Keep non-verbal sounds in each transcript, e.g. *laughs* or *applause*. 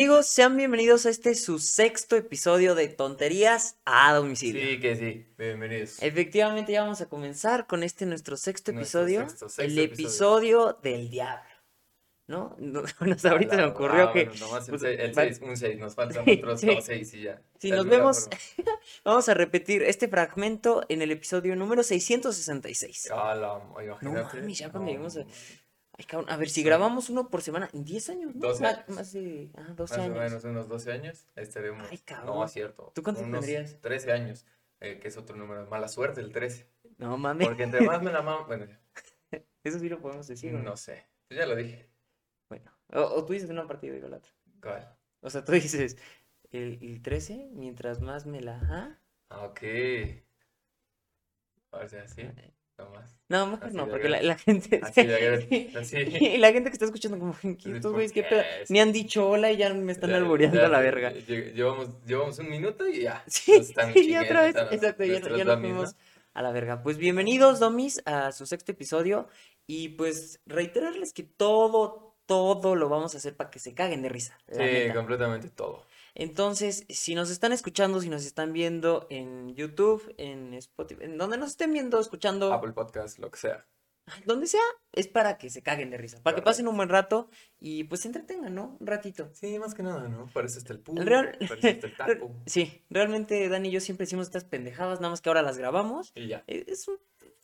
amigos, sean bienvenidos a este su sexto episodio de Tonterías a Domicilio. Sí, que sí. Bienvenidos. Efectivamente, ya vamos a comenzar con este nuestro sexto Nuestro episodio. sexto- sexto el episodio, del diablo. ¿No? *laughs* No, no sé, *laughs* ahorita se me Alaba, ocurrió ah, que bueno, nomás el pues, seis- el va- seis, un 6, *laughs* nos faltan Sí, otros sí. 2, 6 y ya. Si De nos alguna vemos- forma. vamos a repetir este fragmento en el episodio número 666. Ah, la- imagínate. mames, ya cuando lleguemos a- no, Ay, cabrón, a ver, si Sí. grabamos uno por semana, en 10 años, ¿no? 12 Ma- años. Más de ah, 12 Más años. o menos unos 12 años estaremos. Ay, No, cabrón. es cierto. ¿Tú cuánto unos tendrías? 13 años, eh, que es otro número. de Mala suerte *laughs* el 13. No mames, Porque entre más me la mamo. Bueno, ya, eso sí lo podemos decir. ¿o no sé. Pues ya lo dije. Bueno, o, o tú dices una partida y digo la otra. ¿Cuál? O sea, tú *laughs* dices el, el 13, mientras más me la. ¿ah? Ah, Ok. O sea, sí. Nomás. No, mejor Así no, de porque la, grande. la gente. *laughs* Así de grande, así. y la gente que está escuchando, como, "¿Qué- Sí, estos ¿por güeyes, qué qué? pedo. Ni han dicho hola y ya me están alboreando a la lle- *laughs* verga. lle- Llevamos, llevamos un minuto y ya. Sí, nos están *laughs* y chingando, otra vez, están exacto, ya, nuestras ya nos dummies, ¿no? fuimos a la verga. Pues bienvenidos, domis, a su sexto episodio. Y pues reiterarles que todo, todo lo vamos a hacer para que se caguen de risa. la Sí, neta. completamente todo. Entonces, si nos están escuchando, si nos están viendo en YouTube, en Spotify, en donde nos estén viendo, escuchando, Apple Podcast, lo que sea. pues. donde sea, es para que se caguen de risa, para que pasen un buen rato y pues se entretengan, ¿no? Un ratito. Sí, más que nada, ¿no? Para eso está el pub, El real- para eso *laughs* está el taco. Sí, realmente Dani y yo siempre hicimos estas pendejadas, nada más que ahora las grabamos. Y ya. Eh, Es un-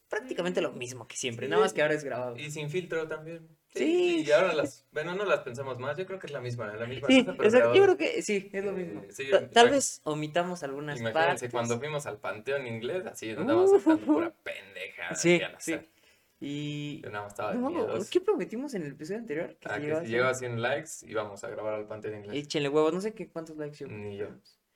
prácticamente lo mismo que siempre, Sí. nada más que ahora es grabado. Y sin filtro también. Sí. Y ahora las, bueno, no las pensamos más, yo creo que es la misma, la misma Sí, cosa, pero exacto, yo grabada. creo que sí, es lo mismo. Eh, sí, Ta- Tal imagínate- vez omitamos algunas Imagínense, partes. Uh, cuando fuimos al Panteón Inglés, así andábamos sacando pura pendeja. Sí, sí. Y Yo nada más estaba de No, miedos. ¿qué prometimos en el episodio anterior? Ah, se que llevaba si cien. llegaba a 100 likes íbamos a grabar al Panteón Inglés. Échenle huevos, no sé qué cuántos likes yo. Ni yo.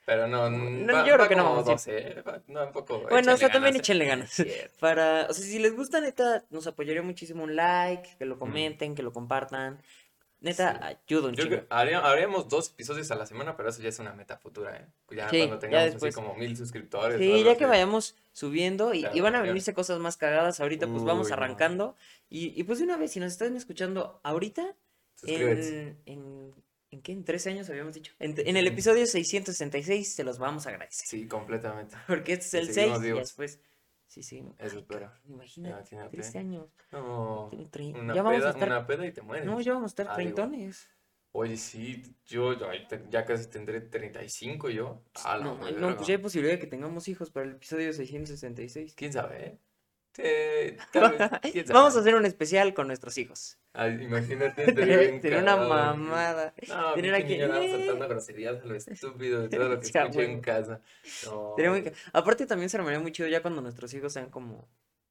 Pero no, n- No, va- yo creo va que no como vamos a 12, eh, va- no, un poco. Bueno, o sea, también échenle échenle ganas, ganas. *laughs* eh. Cierto. Para, o sea, si les gusta, neta, nos apoyaría muchísimo un like, que lo comenten, que lo compartan. Neta, Mm. Sí. ayuda un Yo chingo. creo- haría- haríamos dos episodios a la semana, pero eso ya es una meta futura, ¿eh? Ya Sí, cuando ya tengamos así después. como mil suscriptores. o Sí, algo ya así. que vayamos subiendo y, Claro, y van a claro. venirse cosas más cagadas ahorita, pues vamos Uy, no. arrancando. Y, y pues de una vez, si nos están escuchando ahorita, Suscríbete. en, en, ¿en qué? En 13 años habíamos dicho. En, en el episodio 666 se los vamos a agradecer. Sí, completamente. Porque este es Y el 6 seguimos y vivos. después. Sí, sí. no. Eso Ay, espero. cabrón, Imagínate, Imagínate. 13 años. No, tengo tre- una ya peda, vamos a estar. una peda y te mueres. No, ya vamos a estar Ah, digo. treintones. Oye, sí, yo yo ahorita ya casi tendré 35 yo. A la no, no, verga. pues ya hay posibilidad de que tengamos hijos para el episodio 666. ¿Quién sabe? *laughs* eh? Sí, tal vez, *laughs* ¿quién sabe? Vamos a hacer un especial con nuestros *laughs* hijos. *laughs* Ay, imagínate, estaría Tener bien tener una cagado, güey. mamada. No, Tener pinche aquí- niño andaba ¡Eh! soltando groserías a lo estúpido de *laughs* todo lo que Sí, a escuché en huevo. casa. No, Sería muy ca- Aparte, también se armaría muy chido ya cuando nuestros hijos sean como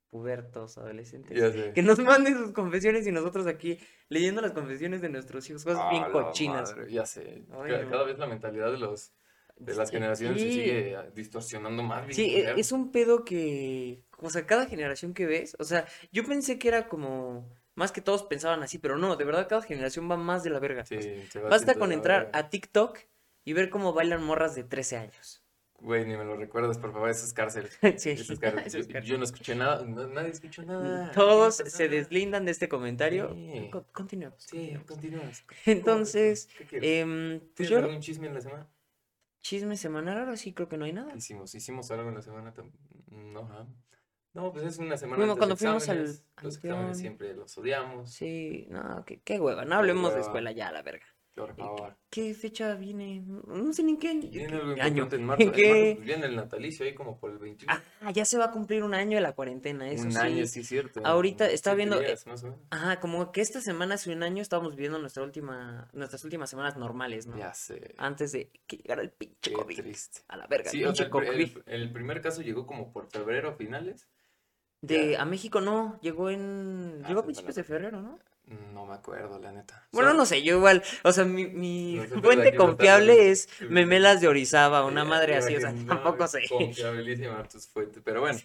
pubertos, adolescentes. ya sé. Que nos manden sus confesiones y nosotros aquí leyendo las confesiones de nuestros hijos, cosas A bien la cochinas. madre, ya sé. Ca- Ay, cada, no. vez la mentalidad de los de las Sí, generaciones se sí. sigue ah, distorsionando más. bien Sí, e- culero. es un pedo que, o sea, cada generación que ves, o sea, yo pensé que era como, más que todos pensaban así, pero no, de verdad cada generación va más de la verga. O sea, Sí, se va Basta haciendo con la entrar verga. a TikTok y ver cómo bailan morras de 13 años. *laughs* Güey, ni me lo recuerdas, por favor, eso es cárcel. Sí, Eso es cárcel. eso Yo- es Yo, cárcel. no escuché nada, no- nadie escuchó nada. Todos Ninguna se persona. deslindan de este comentario. Sí. Co- continuemos. Sí, continuamos. *laughs* Entonces, ¿Qué quieres? em, pues ¿Tienes yo, algún chisme en la semana? chisme semanal, ahora sí creo que no hay nada. Hicimos, hicimos algo en la semana tam- No, ajá. No, pues es una semana Fuimos- antes de cuando fuimos al- exámenes, al Los exámenes peón. siempre los odiamos. Sí, no, qué, qué hueva, no hablemos de hueva. escuela ya, la verga. Por favor. ¿Qué fecha viene? No sé ni en qué año. Viene algo qué año. *laughs* importante en marzo. En marzo, qué? pues, viene el natalicio ahí como por el 21. Ah, ya se va a cumplir un año de la cuarentena, eso un sí. año, sí, cierto. Ahorita en está siete viendo, eh, días, más o menos. Ajá, como que esta semana hace un año estábamos viviendo nuestra última, nuestras últimas semanas normales, ¿no? Ya sé. Antes de que llegara el Ah, pinche Qué COVID. triste. A la verga, Sí, o sea, pinche el, pr- COVID. el- el primer caso llegó como por febrero finales. De ya. a México no, llegó en. Ah, llegó a sí, principios de para- febrero, ¿no? No me acuerdo, la neta. Bueno, Solo- no sé, yo igual, o sea, mi, mi Nosotros fuente aquí tratando confiable de- es Memelas de Orizaba, una eh, madre iba así, o sea, diciendo, *laughs* no, tampoco sé. Confiabilísima tus fuentes. Pero bueno,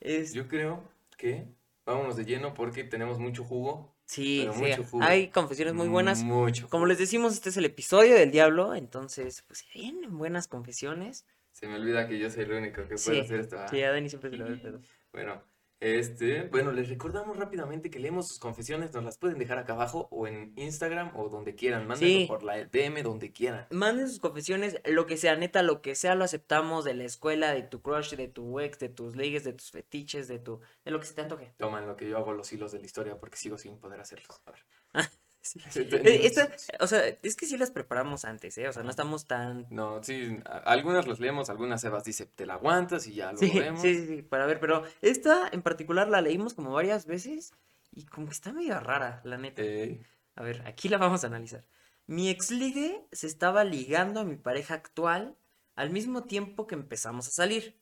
Es- yo creo que vámonos de lleno porque tenemos mucho jugo. sí, pero sí, mucho jugo. hay confesiones muy buenas. Mucho. Como jugo. les decimos, este es el episodio del diablo, entonces, pues se vienen buenas confesiones. Se me olvida que yo soy el único que Sí, puede hacer esto. ¿verdad? Ah, Sí, a Dani siempre se lo da el pedo. Bueno, Este, bueno, les recordamos rápidamente que leemos sus confesiones, nos las pueden dejar acá abajo o en Instagram o donde quieran, mándenlo Sí. por la DM donde quieran. Manden sus confesiones, lo que sea, neta, lo que sea, lo aceptamos de la escuela, de tu crush, de tu ex, de tus ligues, de tus fetiches, de tu, de lo que se te antoje. Toman lo que yo hago los hilos de la historia porque sigo sin poder hacerlo. A ver. *laughs* *laughs* Este, Sí. Eh, Entonces, esta- o sea, es que sí las preparamos antes, ¿eh? O sea, no estamos tan... No, sí, a- algunas las leemos, algunas Sebas dice, te la aguantas y ya lo Sí, vemos. sí, sí, sí, para ver, pero esta en particular la leímos como varias veces y como que está medio rara, la neta. Eh, A ver, aquí la vamos a analizar. Mi exligue se estaba ligando a mi pareja actual al mismo tiempo que empezamos a salir,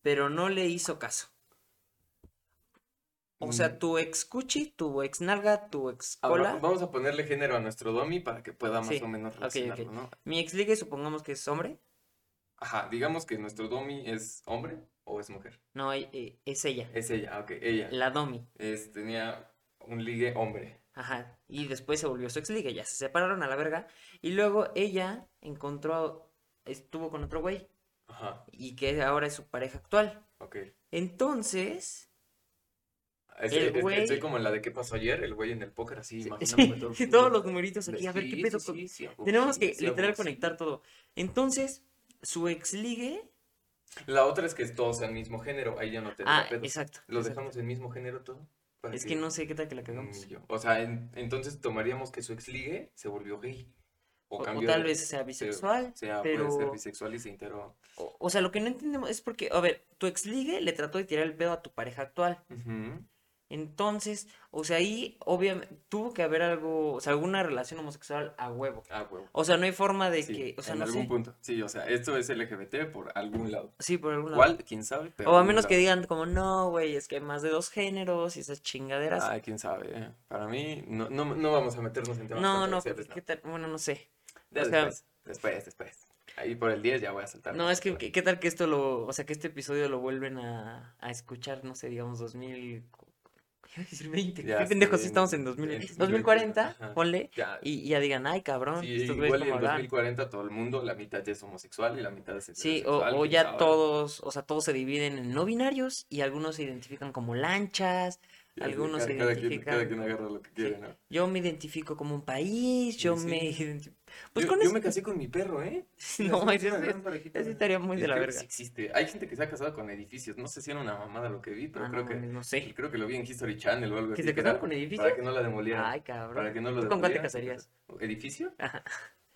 pero no le hizo caso. O sea, Mm. tu ex cuchi, tu ex nalga, tu ex ah, va- cola. Vamos a ponerle género a nuestro Domi para que pueda más Sí, o menos ok, ok. relacionarlo, ¿no? Mi exligue supongamos que es hombre. Ajá, digamos que nuestro Domi es hombre o es mujer. No, e- e- es ella, Es ella, ah, ok, ella. la domi. Es- tenía un ligue hombre. Ajá. Y después se volvió su exligue, ya se separaron a la verga. Y luego ella encontró, estuvo con otro güey Ajá, y que ahora es su pareja actual. ok. Entonces, Es- El es- es- güey- Estoy como en la de qué pasó ayer, el güey en el póker, así, sí, imaginándome *laughs* todo el sí, todos fútbol. los numeritos aquí, a ver qué Sí, pedo. sí, con- sí, sí, a huevo, *laughs* Tenemos sí, que sí, a literal huevo, sí. conectar todo. Entonces, su exligue. La otra es que todos sean mismo género, ahí ya no te Ah, pedo. exacto. ¿Los exacto. dejamos del mismo género todo? Para Mm, Es que no sé qué tal que la cagamos. Ni yo. O sea, en- entonces tomaríamos que su ex ligue se volvió gay. O, O, o cambió tal de- vez sea bisexual. O sea, puede ser pero- bisexual y se enteró. O, o sea, lo que no entendemos es porque, a ver, tu exligue le trató de tirar el pedo a tu pareja actual. Ujú. Entonces, o sea, ahí obviamente tuvo que haber algo, o sea, alguna relación homosexual a huevo. Ah, huevo. O sea, no hay forma de Sí, que, o sea, en no algún sé. punto. Sí, o sea, esto es LGBT por algún lado. Sí, por algún lado. ¿Cuál? ¿Quién sabe? Pero O a algún menos que lado. digan como, no, güey, es que hay más de dos géneros y esas chingaderas. Ay, quién sabe. eh. Para mí, no, no, no vamos a meternos en temas no, no, controversiales, ¿qué tal? Bueno, no sé. Ya o sea- después, después, después. Ahí por el 10 ya voy a saltar. No, es que, ¿qué qué tal que esto lo, o sea, que este episodio lo vuelven a, a escuchar, no sé, digamos, 2000... cu- Iba a decir 20, Ya qué pendejos, sé, sí estamos en en 2000, 2040, 2040, ajá. ponle, Ya, y, y ya digan, ay, cabrón, Sí, estos güeyes igual como en hablan. 2040 todo el mundo, la mitad ya es homosexual y la mitad es Sí, o, heterosexual, o quién ya sabe. todos, o sea, todos se dividen en no binarios y algunos se identifican como lanchas, Y así, algunos cada, se cada quien, cada identifican- quien agarra lo que quiere, ¿no? yo me identifico como un país, yo Sí, me sí. identifico... Pues yo, con yo eso, me casé con mi perro, ¿eh? *laughs* no, eso, Hacemos una eso- gran parejita. eso estaría muy Sí, de la creo que verga. sí existe. Hay gente que se ha casado con edificios. No sé si era una mamada lo que vi, pero Ah, no, creo que mames, no sé. creo que lo vi en History Channel o algo ¿Que así. se era casaron con Para edificios? que no la demolieran. Ay, cabrón. para que no lo ¿Tú con cuál te demolieran, casarías? entonces, ¿Edificio? Ajá.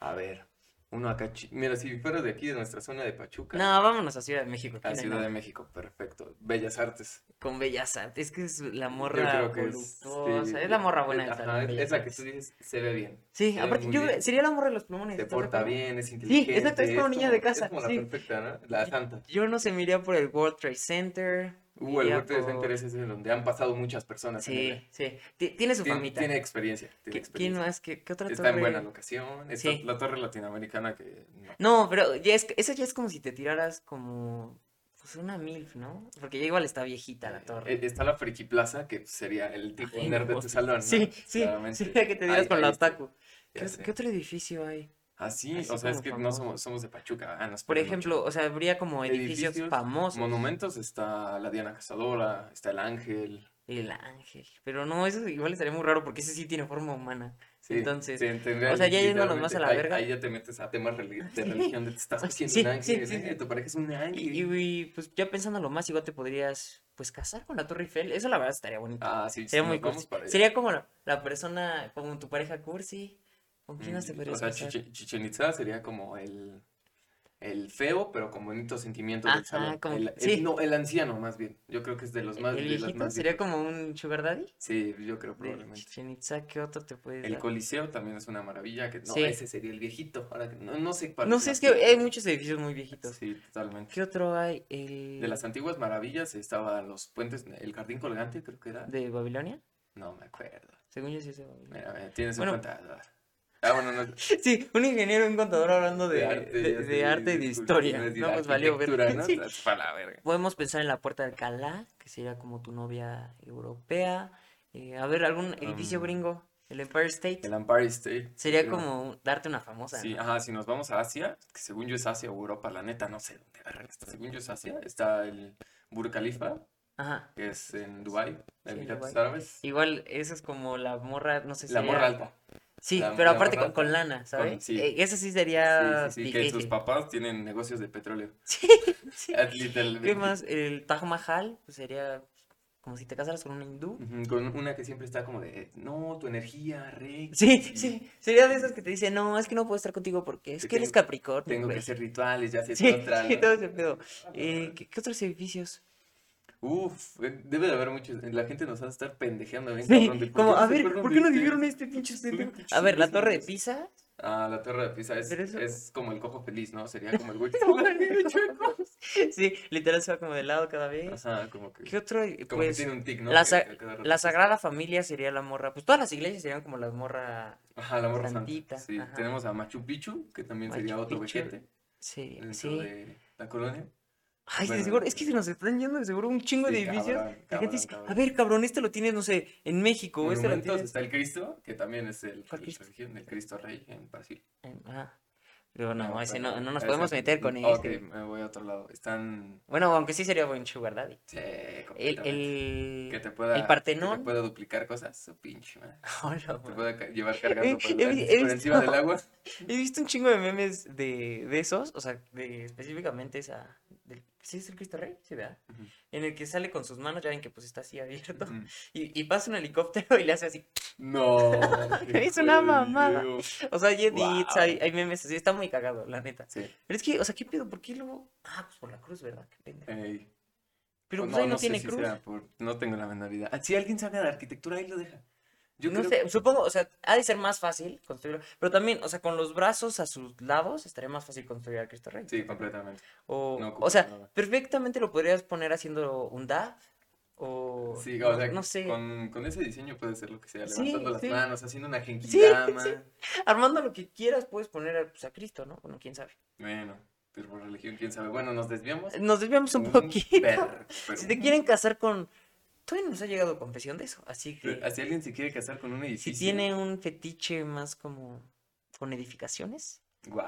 A ver. Uno acá. chi- Mira, si fuera de aquí, de nuestra zona de Pachuca. No, vámonos a Ciudad de México. aquí A no hay Ciudad nada. de México, perfecto. Bellas Artes. Con Bellas Artes. Es que es la Yo morra creo que es, voluptuosa. sí, Es la morra buena es- del ajá, salón. es- Bellas es la que Artes. tú dices, se ve bien. Sí, se ve aparte muy yo bien, sería la morra de los plumones. Se ¿estás de porta acuerdo? bien, es exacto, inteligente. es como niña de como- casa, Es como sí. la perfecta, ¿no? La santa. Yo no se me iría por el World Trade Center. Uh, el iría World Trade por- Center ese es en donde han pasado muchas personas. en Sí, el- sí. Ti- Tiene su Tiene, famita. tiene experiencia. Tiene ¿Qui- ¿Quién experiencia. más? ¿Qué, qué otra Está en torre? buena locación. Está Sí. la torre latinoamericana que. no. No, pero ya es, esa ya es como si te tiraras como... Pues una MILF, ¿no? Porque ya igual está viejita la torre. Eh, Está la Friki Plaza, que sería el tipo Ay, nerd de tu hostia. salón. ¿no? Sí, sí, Claramente. sí, la *laughs* que te dieras Ahí- con la ahí está, otaku. ya ¿Qué, sé. qué otro edificio hay? Así, Así o sea, es como que no famoso. somos, somos de Pachuca. ah, nos Por ponen mucho. ejemplo, o sea, habría como edificios, Edificios, famosos. Monumentos está la Diana Cazadora, está el Ángel. El ángel. Pero no, eso igual estaría muy raro porque ese sí tiene forma humana. Sí, Entonces, te- tendría o sea, ya yéndonos literalmente- más a la ahí- verga. Ahí ya te metes a temas reli- *laughs* de Sí. religión, de te estás Sí, haciendo sí, un ángel, sí, ¿eh? sí. tu pareja es un Y, ángel. y, pues ya pensándolo más, igual te podrías, pues, casar con la Torre Eiffel. Eso la verdad estaría bonito. Ah, sí, Sería sí, muy nos vamos cursi. para allá. Sería como la, la persona, como tu pareja cursi. ¿Con quién más te Mm, podrías O sea, casar? Chichen Itza sería como el, el feo, pero con bonitos sentimientos del Ajá, salón. como- El, el- sí. no, el anciano, más bien. Yo creo que es de los más, ¿El de las viejito? más ¿Sería viejitos. como un sugar daddy? Sí, yo creo de probablemente. Chichen Itza, ¿qué otro te puedes El dar? Coliseo también es una maravilla. Que, no, Sí. ese sería el viejito. Ahora que- no, no sé para No qué sé, es que las- hay muchos edificios muy viejitos. Sí, totalmente. ¿Qué otro hay? El De las antiguas maravillas estaban los puentes, el jardín colgante, creo que era. de Babilonia. No me acuerdo. Según yo sí es de Babilonia. Mira, mira, tienes un Bueno. contador. Ah, bueno, no. Sí, un ingeniero, un contador hablando de, de- de arte, ya sé, y de disculpa, historia. no es de No, pues valió ver. arquitectura, *laughs* ¿no? Sí. Tras- pa' la verga. Podemos pensar en la Puerta de Alcalá, que sería como tu novia europea. Eh, a ver, algún edificio Mm. gringo. El Empire State. El Empire State. Sería creo. como un- darte una famosa. Sí, ¿no? ajá, si nos vamos a Asia, que según yo es Asia o Europa, la neta, no sé dónde verga está. Según yo es Asia, está el Burj Khalifa, Ajá. que es en Dubai, en Emiratos Dubái. Árabes. Igual, esa es como la morra, no sé si. La sería- morra alta. Sí, la- pero la aparte morra con, con alta. lana, ¿sabes? sí. Eh, esa sí Sí, sería sí, sí, que sus difícil. papás tienen negocios de petróleo. *laughs* Sí, sí. Ah, Literalmente. ¿Qué más? El Taj Mahal pues, sería como si te casaras con un hindú. Ujú, Con una que siempre está como de, no, tu energía, rey. Sí, sí. Sería de esas que te dicen, no, es que no puedo estar contigo porque es Te que eres tengo- Capricornio. Tengo güey". que hacer rituales, ya sé Pues. Sí, otra. sí, ¿no? todo ese pedo. Eh, ¿qué, qué otros edificios? Uf, eh, debe de haber muchos. La gente nos va a estar pendejeando. bien Sí, cabrón, de, ¿por como, qué a se ver, acuerdan ¿por de qué no este? dijeron a este pinche pendejo? pinche A ver, la imbécil, Torre de güey. *laughs* Pisa. Ah, la Torre de Pisa es, Pero eso- es como el cojo feliz, ¿no? Sería *laughs* como el güey. "Oh, la tiene chueco". Sí, literal se va como de lado cada vez. Ajá, como que, ¿Qué otro? Eh, como que Pues tiene un tic, ¿no? la Que- sa- que cada rato la se- Sagrada Familia sería la morra. Pues todas las iglesias serían como la morra. Ajá, la morra santa. Santita, Sí, ajá. tenemos a Machu Picchu, que también sería Machu otro Picchu, vejete Sí, dentro sí. de la colonia. Ay, de bueno, seguro, es que se nos están yendo de seguro un chingo de Sí, edificios. cabrón, La cabrón, gente dice, a cabrón. ver, cabrón, este lo tienes, no sé, en México, o este lo Monumentos tienes. está el Cristo, que también es el, ¿Cuál el Cristo? religión del Cristo Rey en Brasil. en- ah, Pero no, No, ese bueno, no, no nos ese- podemos meter con Ok, este. me voy a otro lado. Están. Bueno, aunque sí sería buen sugar daddy. Sí, El, completamente. el... Que te pueda. Que Partenón. te pueda duplicar cosas, su pinche madre. *laughs* Hola, Te güey. pueda ca- *laughs* llevar cargando por, el- He vi- he por encima visto- del agua. He visto un chingo de memes de, de esos, o sea, de específicamente esa... del- ¿Sí es el Cristo Rey? Sí, ¿verdad? Ujú. En el que sale con sus manos, ya ven que pues está así abierto, Ujú. y, y pasa un helicóptero y le hace así. Mm. *laughs* No. qué Es una feo mamada. video. O sea, hay edits, Guau. hay, hay memes así, está muy cagado, la neta. Sí. Pero es que, o sea, ¿qué pedo? ¿Por qué luego...? Ah, pues por la cruz, ¿verdad? Qué pendejo. ey. Pero O pues ahí no sé tiene si cruz. sea por- no tengo la menor idea. Ah, Si alguien sabe de arquitectura, ahí lo deja. Yo no creo sé, supongo, o sea, ha de ser más fácil construirlo. Pero también, o sea, con los brazos a sus lados estaría más fácil construir al Cristo Rey. Sí, completamente. O, no o ocupas sea, nada. perfectamente lo podrías poner haciendo un DAF. O. Sí, o no, sea, no sé. con, con ese diseño puede ser lo que sea, Sí, levantando las sí. manos, haciendo una genkidama. Armando lo que quieras, puedes poner a, pues, a Cristo, ¿no? Bueno, quién sabe. Bueno, pero por religión, quién sabe. Bueno, nos desviamos. Nos desviamos un poquito. vergo, pero- *laughs* Si te quieren casar con. Todavía no nos ha llegado confesión de eso. Así que. Pero, ¿así alguien se quiere casar con un Si edificio. tiene un fetiche más como. con edificaciones. Wow.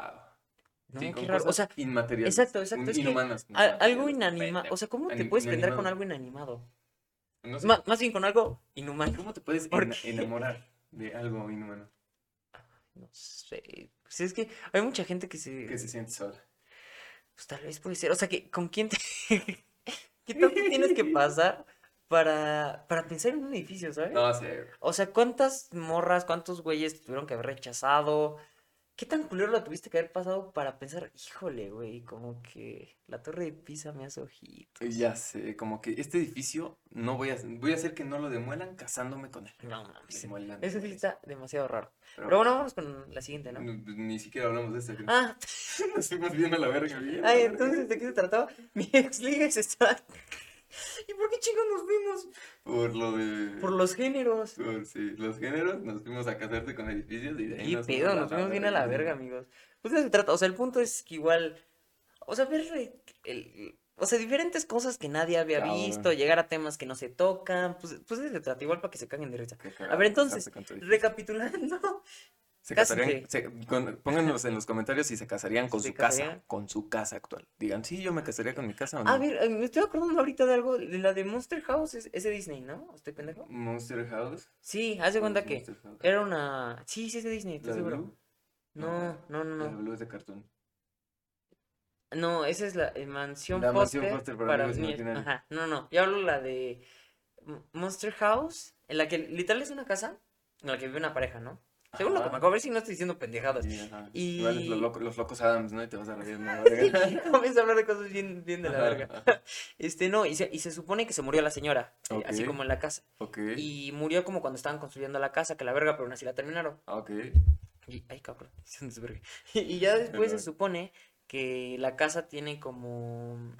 No, sí, qué con raro. O cosas sea, inmateriales. exacto, exacto, un- es que inhumanas. a- algo inmateriales, inanimado. O sea, ¿cómo te Ani- puedes prender con inanimado. algo inanimado? No sé, Ma- más bien con algo inhumano. ¿Cómo te puedes ¿Por ena- qué? enamorar de algo inhumano? No sé. Pues es que hay mucha gente que se. Que se siente sola. Pues tal vez puede ser. O sea, que con quién te. *laughs* ¿Qué tanto *laughs* tienes que pasar para, para pensar en un edificio, ¿sabes? No sé. O sea, ¿cuántas morras, cuántos güeyes te tuvieron que haber rechazado? ¿Qué tan culero la tuviste que haber pasado para pensar, híjole, güey, como que la torre de Pisa me hace ojitos? Ya sé, como que este edificio no voy a, voy a hacer que no lo demuelan casándome con él. No mames. Demuelan, Eso sí demuelan. está demasiado raro. Pero Pero bueno, vamos con la siguiente, ¿no? Ni, ni siquiera hablamos de esta. creo. Ah, *laughs* Nos fuimos bien a la verga. bien a ay, la verga. entonces, ¿de qué se trataba? *laughs* Mi ex liga se está. ¿Y por qué chingos nos vimos? Por lo de. Por los géneros. por, sí, los géneros, nos fuimos a casarte con edificios y de ahí Qué nos pedo, a nos fuimos bien a la verga, amigos. Pues de eso se trata. O sea, el punto es que igual. O sea, ver. eh, el- o sea, diferentes cosas que nadie había Cabrón. visto, llegar a temas que no se tocan. Pues, pues de eso se trata, igual para que se caguen de risa. Qué A cagado ver, entonces, casarse con tu edificio. recapitulando. ¿Se cásate. casarían? se- con- pónganos en los comentarios si se casarían con ¿Se su casarían? casa, con su casa actual. Digan, sí, yo me casaría con mi casa o Ah, no. A ver, eh, me estoy acordando ahorita de algo. De la de Monster House, es, es de Disney, ¿no? ¿Estoy pendejo? Monster House. Sí, haz de cuenta ¿Cómo que. es Monster House? Era una. Sí, sí es de Disney, ¿La estoy de seguro. Blue? No, no, no, La de no. Blue es de cartón. No, esa es la eh, mansión La Foster. Mansión Foster para amigos niños. imaginarios. Ajá, no, no. Yo hablo la de M- Monster House, en la que literal es una casa en la que vive una pareja, ¿no? Según lo que Ajá. me acuerdo, a ver si no estoy diciendo *laughs* pendejadas. Sí, ajá. Y- Igual es lo loco- los locos Adams, ¿no? Y te vas a reír. *laughs* ¿no? Comienzo a hablar de cosas bien, bien de la Ajá, verga. ajá. Este, no, y se, y se supone que se murió la señora, eh, así Ok. como en la casa. Ok. Y murió como cuando estaban construyendo la casa, que la verga, pero aún así la terminaron. Ah, Ok. Y, ay, cabrón, *laughs* se me desvergué. Y ya después se Ajá. supone que la casa tiene como.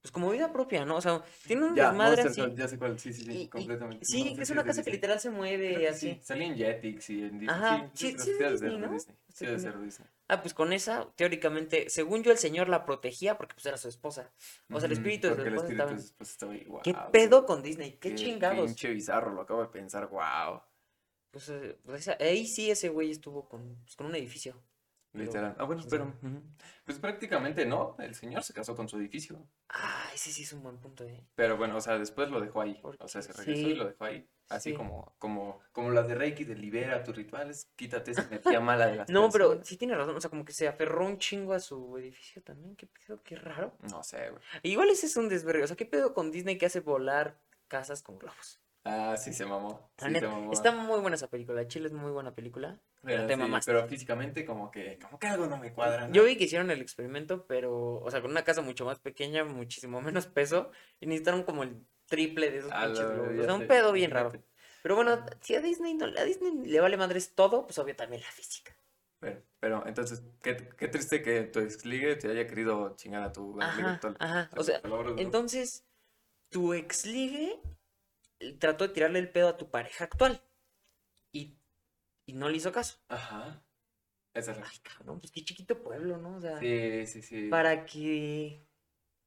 Pues como vida propia, ¿no? O sea, tiene un Ya, desmadre Monster así. House, ya sé cuál. Sí, sí, sí, Y- y- completamente. Sí, No, que sé es si una de casa que Disney. literal se mueve Creo que así. Sí, salía en Jetix y en Disney. Ajá, sí, Sí, yo sí creo que es sí, ha de Disney, ser de ¿no? Disney. Sí, Sí, ha de sí. ser de Disney. Ah, pues con esa, teóricamente, según yo, el señor la protegía porque pues era su esposa. O sea, el Ujú, espíritu de su Porque el esposa espíritu estaba. de en- su esposa estaba ahí. ¿Qué guau, pedo con Disney? ¿Qué qué chingados? Pinche bizarro, lo acabo de pensar. Wow. Pues, eh, pues, esa- ahí sí ese güey estuvo con, pues, con un edificio. Pero- Literal. Ah, bueno, quién pero. sabe. ujú. Pues prácticamente no. El señor se casó con su edificio. Ah, ese sí es un buen punto, ¿eh? Pero bueno, o sea, después lo dejó ahí. O sea, se Porque- regresó sí, y lo dejó ahí. Así sí. como, como, como la de Reiki de libera tus rituales, quítate esa *laughs* energía mala de las No, pero personas. sí tiene razón, o sea, como que se aferró un chingo a su edificio también, qué pedo, qué raro. E No sé, güey. Igual ese es un desvergue, o sea, qué pedo con Disney que hace volar casas con globos. Ah, sí se mamó. La Sí se neta, mamó. está muy buena esa película, Chile es muy buena película. Pero, te sí, mamaste. pero físicamente como que, como que algo no me cuadra. ¿no? Yo vi que hicieron el experimento, pero, o sea, con una casa mucho más pequeña, muchísimo menos peso, y necesitaron como el triple de esos A pinches Ah, la globos. verga, O sea, sí, un pedo bien raro. imagínate. Pero bueno, si a Disney, no, a Disney le vale madres todo, pues obvio también la física. Pero, pero, entonces, qué, qué triste que tu ex ligue te haya querido chingar a tu ex ligue Ajá, actual. ajá. O sea, Palabras de- entonces, tu ex ligue trató de tirarle el pedo a tu pareja actual. Y, y no le hizo caso. Ajá. Esa es la- Ay, cabrón, pues qué chiquito pueblo, ¿no? O sea, Sí, sí, sí. Para, Ah.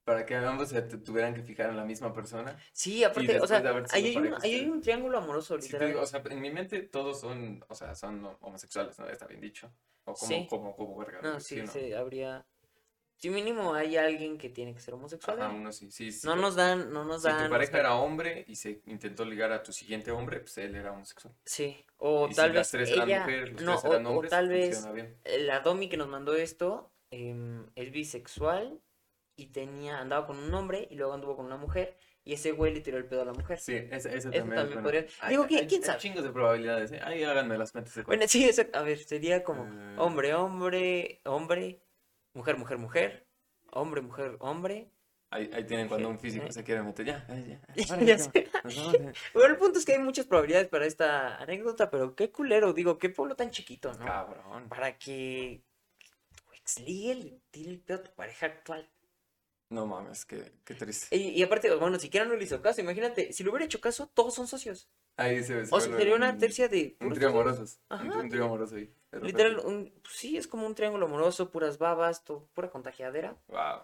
para que. que ambos se te tuvieran que fijar en la misma persona. Sí, aparte, o después sea, de haber sido ahí hay, un, parejas, ahí sí. hay un triángulo amoroso, Sí, te literal. digo, o sea, en mi mente todos son, o sea, son homosexuales, ¿no? Está bien dicho. O como, Sí. como, como, verga. No, güey, sí, ¿no? sí, habría. Si mínimo hay alguien que tiene que ser homosexual. Ajá, ¿eh? uno sí, sí, sí. no o- nos dan, no nos Si dan. tu pareja respeto. era hombre y se intentó ligar a tu siguiente hombre, pues él era homosexual. Sí. O y tal si vez las tres ella. eran mujeres, los no, tres eran o- o, hombres, tal vez funciona bien. eh, la Domi que nos mandó esto em, es bisexual y tenía, andaba con un hombre y luego anduvo con una mujer y ese güey le tiró el pedo a la mujer. Sí, esa, esa Eso también, es también buena. podría- Hay- Digo, ¿quién- hay- quién hay sabe? chingos de probabilidades, ¿eh? Ahí háganme las cuentas de Bueno, cuánto. sí, exacto. A ver, sería como Eh. hombre, hombre, hombre, mujer, mujer, mujer, hombre, mujer, hombre. Ahí, ahí tienen cuando un físico se quiere meter. Ya, ay, ya. *laughs* órale, Ya ya, sé. nos vamos, *laughs* eh. Bueno, el punto es que hay muchas probabilidades para esta anécdota, pero qué culero, digo, qué pueblo tan chiquito, ¿no? Cabrón. Para que tu exligue le tire el pedo a tu pareja actual. No mames, qué, qué triste. Y, y aparte, bueno, siquiera no le hizo caso, imagínate, si le hubiera hecho caso, todos son socios. Ahí se ve. O sea, sería una tercia de... Un puros trío socios. amoroso. Ajá. Un, un trío amoroso ahí. de repente. Literal, un- pues sí, es como un triángulo amoroso, puras babas, to- pura contagiadera. Wow.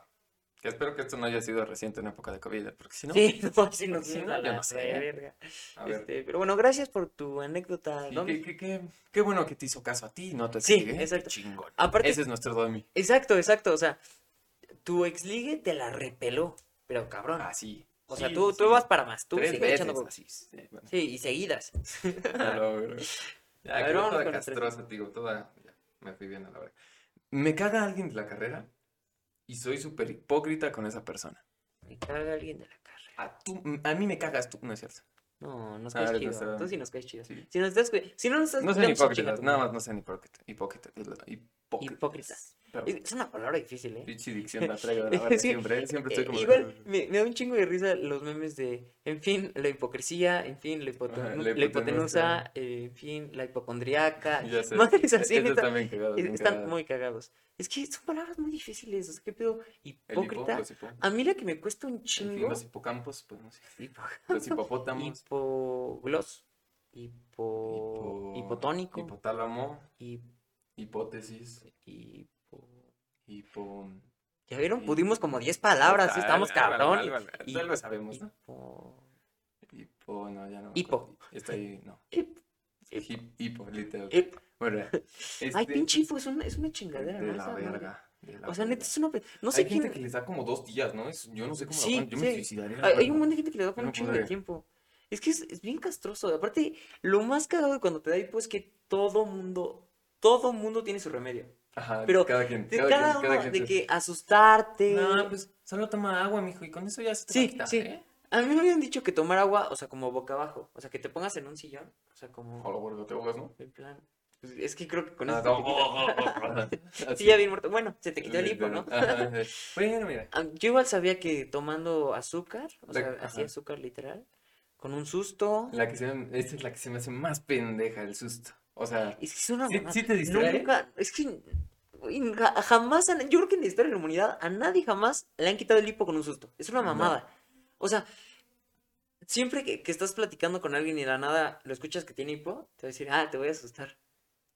Que espero que esto no haya sido reciente en época de COVID, ¿eh? porque si no. Sí, *laughs* no, sí, nos Sí, vimos no, a yo la no sé. verga. A ver. Este, pero bueno, gracias por tu anécdota, sí, Domi. qué, qué, qué, qué bueno que te hizo caso a ti, no te Sí, sigue. ¿eh? exacto. Chingón. Aparte, Ese es nuestro Domi. Exacto, exacto. O sea, tu exligue te la repeló, pero cabrón. Así. O sea, Ah, Sí, tú, sí, tú sí. vas para más. Tú Tres sigues veces, echando huevos. así. sí, bueno. Sí, y seguidas. *laughs* Ya lo logró. Ya, A ver, quedó vámonos toda con nuestra castrosa, digo, toda. ya, me fui bien a la hora. Me caga alguien de la carrera y soy súper hipócrita con esa persona. Me caga alguien de la carrera. A, tú, a mí me cagas tú, no es cierto. No, nos Ah, caes eres chido. nuestra- Tú sí nos caes chido. sí. Si, nos estás escu- si no nos estás No sean escuchando, son hipócritas, chinga tu nada madre. más no sean hipócritas. Hipócritas, hipócritas. Hipócritas. Pero, Es- Es una palabra difícil, ¿eh? Pinche dicción la *laughs* traigo de la verga Sí. siempre, ¿eh? siempre estoy Eh, como. igual me, me da un chingo de risa los memes de, en fin, la hipocresía, en fin, la, hipoten- Ajá, la la hipotenusa, hipotenusa. eh, en fin, la hipocondriaca. "Ah, *laughs* Ya sé. Madres así, Esos neta. también cagados, Es- bien Están cagados. muy cagados. Es que son palabras muy difíciles. O sea, ¿qué pedo? El hipo, Hipócrita. los hipo- A mí la que me cuesta un en fin, chingo. los hipocampos, pues no sé. *laughs* hipo- Los hipopótamos. Hipoglos. Hipo... hipo- Hipotónico. Hipotálamo. hip- Hipótesis. hipo- Hipo. Ya vieron, Hi- pudimos como 10 palabras. Puta, Estamos algo, algo, cabrón. algo, algo, y- ya lo sabemos, ¿no? Hipo... Hipo, no, ya no. me Hipo. acuerdo. Está ahí, *laughs* no. hip- hip- Hip- hipo, literal. hip. Bueno, Eh, *laughs* Ay, este, pinche hipo, es una, es una chingadera, De ¿no? la Esa madre. verga. de la O sea, neta, verga. es una. pe- No sé Hay gente quién. que les da como dos días, ¿no? Es- yo no sé cómo lo Sí, aguantan, Yo me sí. suicidaría. la Hay, hay verga. un montón de gente que le da con Yo un no chingo de podría. tiempo. Es que es, es bien castroso. Aparte, lo más cagado de cuando te da hipo es que todo mundo, todo mundo tiene su remedio. Ajá, pero cada quien. De cada, cada quien, cada uno, quien de se- que asustarte. No, pues solo toma agua, mijo, y con eso ya se te va a Sí, quitar, sí. ¿eh? A mí me habían dicho que tomar agua, o sea, como boca abajo. O sea, que te pongas en un sillón. O sea, A como. lo gordo, te ahogas, ¿no? En plan. pues, es que creo que con Oh. Ah, oh, eso. te como- quita- *laughs* Sí, *laughs* Así. ya bien muerto. Bueno, se te quitó el hipo, ¿no? Ajá, sí. Bueno, mira. Ah, Yo igual sabía que tomando azúcar, o De- sea, así ajá. Ah. azúcar literal, con un susto. La que se me- esta es la que se me hace más pendeja, el susto. O sea, Es que es una sí, mamada. sí te distrae. Nunca, es que güey, ja- jamás, a- yo creo que en la historia de la humanidad a nadie jamás le han quitado el hipo con un susto. Es una No. mamada. O sea, siempre que, que estás platicando con alguien y de la nada lo escuchas que tiene hipo, te va a decir, ah, te voy a asustar.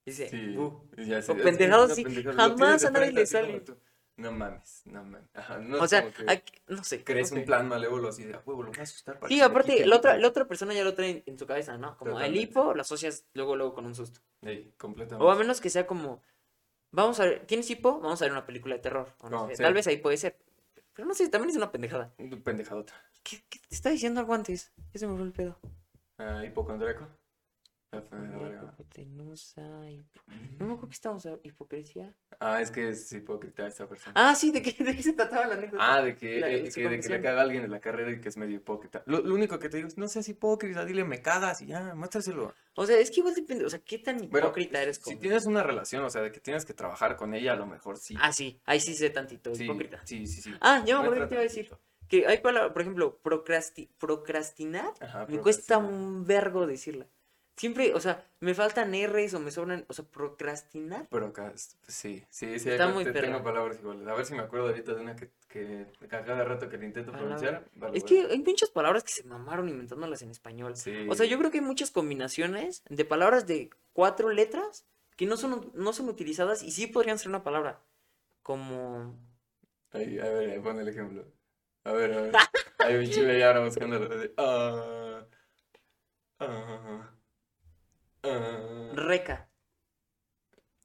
Dice, Sí, "Bu". ya sé, o es que pendejadas una sí, pendejada, lo jamás tienes a nadie enfrente le así como sale. tú, No mames, no mames. Ajá, no o es sea, como que aquí- no sé. crees no sé. un plan malévolo así de, "A huevo, lo voy a asustar para Sí, que se me aparte, quite". la otra, la otra persona ya lo trae en, en su cabeza, ¿no? Como el Totalmente. hipo lo asocias luego, luego con un susto. Ey, completamente. O a menos que sea como, Vamos a ver, ¿tienes hipo? Vamos a ver una película de terror. o no No, sé, sí. Tal vez ahí puede ser. Pero no sé, también es una pendejada. Pendejadota. ¿Qué, qué te está diciendo algo antes? Ya se me fue el pedo. Ah, hipocondriaco. Ah, fue la verga. Hipotenusa, hipo- No me acuerdo que estábamos a hipocresía. Ah, es que es hipócrita esta persona. Ah, sí, ¿de qué, de qué se trataba la anécdota? Ah, de que, La- eh, su que- de que le confesión. caga a alguien en la carrera y que es medio hipócrita. Lo, lo único que te digo es, no seas hipócrita, dile me cagas y ya, muéstraselo. O sea, es que igual depende. O sea, ¿qué tan Bueno, hipócrita eres Si con.? tienes una relación, o sea, de que tienes que trabajar con ella, a lo mejor sí. Ah, sí, ahí sí sé tantito, sí, hipócrita. sí, sí, sí. Ah, ya me acordé Muéstrate que te iba a decir. tantito. Que hay palabras, por ejemplo, procrasti- procrastinar. Ajá, Me procrastinar. cuesta un vergo decirla. Siempre, o sea, me faltan R's o me sobran. O sea, procrastinar. Procrast- pues, sí, sí, sí. Está hay- muy te- perro. tengo palabras iguales. A ver si me acuerdo ahorita de una que, que a cada rato que le intento Palabra. pronunciar. vale, Es vale. que hay muchas palabras que se mamaron inventándolas en español. Sí. O sea, yo creo que hay muchas combinaciones de palabras de cuatro letras que no son, no son utilizadas y sí podrían ser una palabra. Como. Ahí, a ver, ahí pon el ejemplo. A ver, a *laughs* ver. Ahí mi chile ya ahora buscándolo. de, ah, ah, ah. Reca.